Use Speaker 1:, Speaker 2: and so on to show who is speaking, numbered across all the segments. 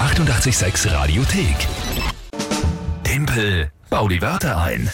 Speaker 1: 886 Radiothek. Tempel, bau die Wörter ein.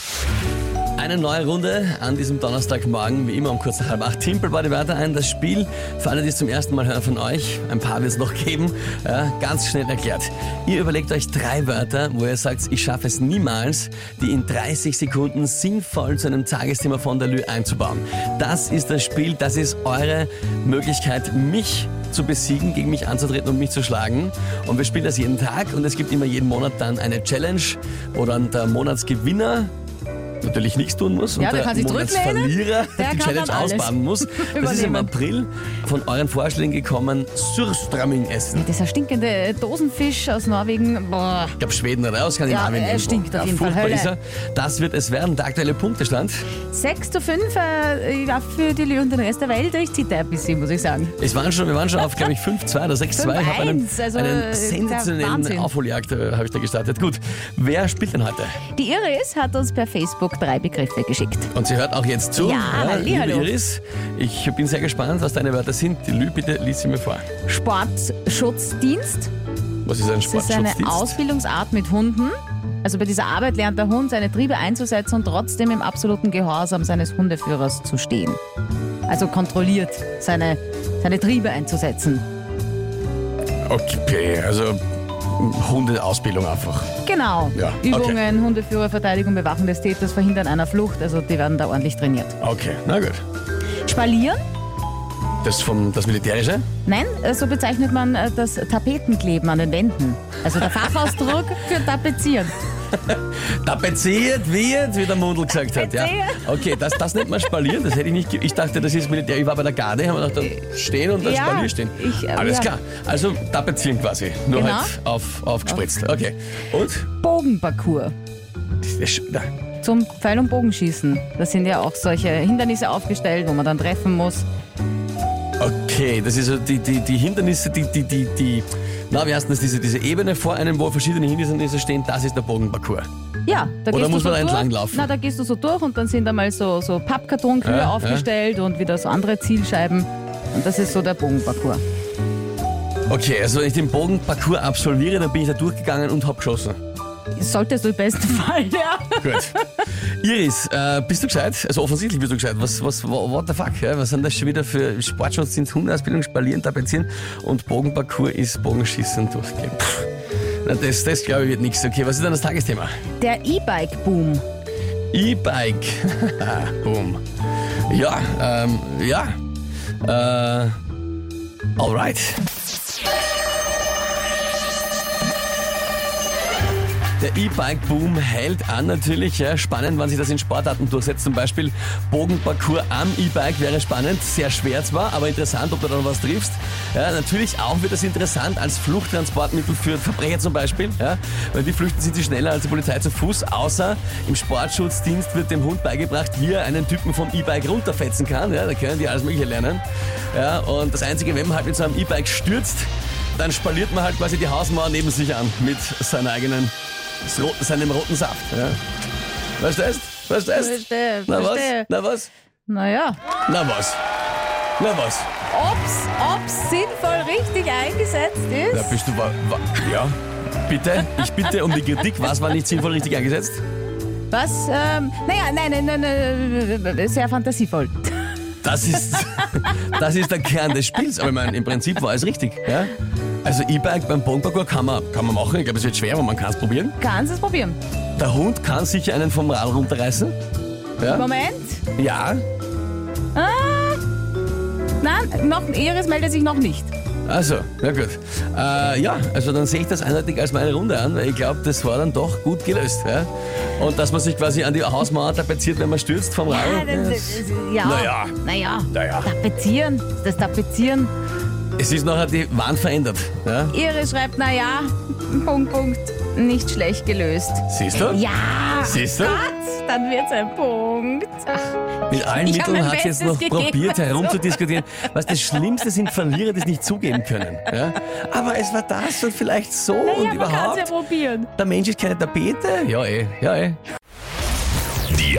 Speaker 2: Eine neue Runde an diesem Donnerstagmorgen, wie immer um kurz nach halb acht. Timpel bei die Wörter ein. Das Spiel, für alle, die es zum ersten Mal hören von euch, ein paar wird es noch geben, ja, ganz schnell erklärt. Ihr überlegt euch drei Wörter, wo ihr sagt, ich schaffe es niemals, die in 30 Sekunden sinnvoll zu einem Tagesthema von der Lü einzubauen. Das ist das Spiel, das ist eure Möglichkeit, mich zu besiegen, gegen mich anzutreten und mich zu schlagen. Und wir spielen das jeden Tag und es gibt immer jeden Monat dann eine Challenge, wo dann der Monatsgewinner natürlich nichts tun muss
Speaker 3: Ja,
Speaker 2: und
Speaker 3: der
Speaker 2: der
Speaker 3: kann sich
Speaker 2: Monatsverlierer
Speaker 3: Der
Speaker 2: die
Speaker 3: kann
Speaker 2: Challenge
Speaker 3: dann alles
Speaker 2: ausbaden muss. Das ist im
Speaker 3: übernehmen.
Speaker 2: April von euren Vorschlägen gekommen. Surströmming essen.
Speaker 3: Dieser stinkende Dosenfisch aus Norwegen, boah.
Speaker 2: Ich glaube Schweden oder aus Skandinavien.
Speaker 3: Ja, er
Speaker 2: irgendwo.
Speaker 3: stinkt auf
Speaker 2: ja,
Speaker 3: jeden Fall.
Speaker 2: furchtbar
Speaker 3: Hölle.
Speaker 2: Ist er. Das wird es werden. Der aktuelle Punktestand.
Speaker 3: 6 zu 5 äh, ja, für die Lü und den Rest der Welt. Ich zitter ein bisschen, muss ich sagen.
Speaker 2: Es waren schon, wir waren schon auf, glaube ich, 5-2 oder 6-2. Ich habe einen,
Speaker 3: 5-1, also,
Speaker 2: einen
Speaker 3: äh, der
Speaker 2: sensationellen
Speaker 3: Wahnsinn.
Speaker 2: Aufholjagd äh, habe ich da gestartet. Gut, wer spielt denn heute?
Speaker 3: Die Iris hat uns per Facebook drei Begriffe geschickt.
Speaker 2: Und sie hört auch jetzt zu.
Speaker 3: Ja,
Speaker 2: liebe
Speaker 3: hallihallo.
Speaker 2: Iris, ich bin sehr gespannt, was deine Wörter sind. Die Lü, bitte lies sie mir vor.
Speaker 3: Sportschutzdienst.
Speaker 2: Was ist ein
Speaker 3: Das ist eine
Speaker 2: Sportschutzdienst?
Speaker 3: Ausbildungsart mit Hunden. Also bei dieser Arbeit lernt der Hund seine Triebe einzusetzen und trotzdem im absoluten Gehorsam seines Hundeführers zu stehen. Also kontrolliert seine, seine Triebe einzusetzen.
Speaker 2: Okay, also Hundeausbildung einfach.
Speaker 3: Genau.
Speaker 2: Ja, okay.
Speaker 3: Übungen, Hundeführer, Verteidigung, Bewachung des Täters, Verhindern einer Flucht. Also die werden da ordentlich trainiert.
Speaker 2: Okay, na gut.
Speaker 3: Spalieren?
Speaker 2: Das vom das Militärische?
Speaker 3: Nein, äh, so bezeichnet man äh, das Tapetenkleben an den Wänden. Also der Fachausdruck für Tapezieren.
Speaker 2: Tapeziert wird, wie der Mundl gesagt hat. Ja.
Speaker 3: Tapeziert.
Speaker 2: Okay, das, das nennt man Spalieren, das hätte ich nicht. ge- Ich dachte, das ist Militär. Ich war bei der Garde, haben wir gedacht, dann stehen und dann
Speaker 3: Ja,
Speaker 2: Spalier stehen.
Speaker 3: ich, äh,
Speaker 2: Alles
Speaker 3: ja.
Speaker 2: klar. Also tapezieren quasi. Nur
Speaker 3: Genau.
Speaker 2: halt auf, aufgespritzt. Okay. Und?
Speaker 3: Bogenparcours.
Speaker 2: Das ist- na,
Speaker 3: Zum Pfeil- und Bogenschießen. Da sind ja auch solche Hindernisse aufgestellt, wo man dann treffen muss.
Speaker 2: Okay, das ist so die, die, die Hindernisse, die, die, die, die. Na, wie heißt denn das? Diese, diese Ebene vor einem, wo verschiedene Hindernisse stehen, das ist der Bogenparcours.
Speaker 3: Ja, da
Speaker 2: Oder
Speaker 3: gehst
Speaker 2: muss man
Speaker 3: du so
Speaker 2: da
Speaker 3: durch.
Speaker 2: entlanglaufen?
Speaker 3: Na, da gehst du so durch und dann sind da mal so, so Pappkartonkühe
Speaker 2: Ja,
Speaker 3: aufgestellt und wieder so andere Zielscheiben. Und das ist so der Bogenparcours.
Speaker 2: Okay, also wenn ich den Bogenparcours absolviere, dann bin ich da durchgegangen und hab geschossen.
Speaker 3: Solltest du im besten Fall, ja.
Speaker 2: Gut. Iris, äh, bist du gescheit? Also offensichtlich bist du gescheit. Was, was, wa- what the fuck? Ja? Was sind das schon wieder für Sportschutz, Hundeausbildung, Spalieren, Tapezieren und Bogenparcours ist Bogenschießen durchgehen. Pff. Na, das, das glaube ich wird nichts. Okay, was ist denn das Tagesthema?
Speaker 3: Der E-Bike-Boom.
Speaker 2: E-Bike. Boom. Ja, ähm, ja. Äh, alright. Der E-Bike-Boom hält an natürlich. Ja. Spannend, wann sich das in Sportarten durchsetzt. Zum Beispiel Bogenparcours am E-Bike wäre spannend. Sehr schwer zwar, aber interessant, ob du da noch was triffst. Ja, natürlich auch wird das interessant als Fluchttransportmittel für Verbrecher zum Beispiel. Ja. Weil die flüchten sind sie schneller als die Polizei zu Fuß. Außer im Sportschutzdienst wird dem Hund beigebracht, wie er einen Typen vom E-Bike runterfetzen kann. Ja, da können die alles Mögliche lernen. Ja, und das Einzige, wenn man halt mit so einem E-Bike stürzt, dann spaliert man halt quasi die Hausmauer neben sich an mit seiner eigenen das Ro- seinem roten Saft. Ja. Verstehst? Verstehst?
Speaker 3: Verstehe,
Speaker 2: Na was?
Speaker 3: verstehe.
Speaker 2: Na was?
Speaker 3: Naja.
Speaker 2: Na was? Na was?
Speaker 3: Ob's, ob's sinnvoll richtig eingesetzt
Speaker 2: Da
Speaker 3: ist?
Speaker 2: bist du wa wa ja. Bitte, ich bitte um die Kritik. Was war nicht sinnvoll richtig eingesetzt?
Speaker 3: Was? Ähm, naja, nein, nein, nein, nein, äh, sehr fantasievoll.
Speaker 2: Das ist, das ist der Kern des Spiels. Aber ich meine, im Prinzip war es richtig. Ja? Also E-Bike beim Bogenparcours kann man, kann man machen. Ich glaube, es wird schwer, aber man kann es probieren.
Speaker 3: Kannst es probieren.
Speaker 2: Der Hund kann sicher einen vom Rad runterreißen. Ja.
Speaker 3: Moment.
Speaker 2: Ja.
Speaker 3: Ah, nein, noch, Iris meldet sich noch nicht.
Speaker 2: Also, na gut. Äh, ja, also dann sehe ich das eindeutig als meine Runde an, weil ich glaube, das war dann doch gut gelöst. Ja? Und dass man sich quasi an die Hausmauer tapeziert, wenn man stürzt vom Rad.
Speaker 3: Ah, ja.
Speaker 2: Naja.
Speaker 3: Naja.
Speaker 2: Naja.
Speaker 3: Tapezieren, das Tapezieren.
Speaker 2: Es ist nachher die Wand verändert. Ja?
Speaker 3: Iris schreibt, naja, Punkt, Punkt, nicht schlecht gelöst.
Speaker 2: Siehst du?
Speaker 3: Ja,
Speaker 2: Siehst du?
Speaker 3: Gott, dann wird's ein Punkt.
Speaker 2: Mit allen
Speaker 3: Ich hab
Speaker 2: Mitteln
Speaker 3: mein
Speaker 2: hat sie jetzt
Speaker 3: Bestes
Speaker 2: noch
Speaker 3: gegeben.
Speaker 2: probiert, herumzudiskutieren. Was das Schlimmste sind Verlierer, die es nicht zugeben können. Ja? Aber es war das und vielleicht so
Speaker 3: ja,
Speaker 2: und
Speaker 3: man kann's ja
Speaker 2: überhaupt.
Speaker 3: probieren.
Speaker 2: Der Mensch ist keine Tapete. Ja, eh. Ja, eh.
Speaker 1: Die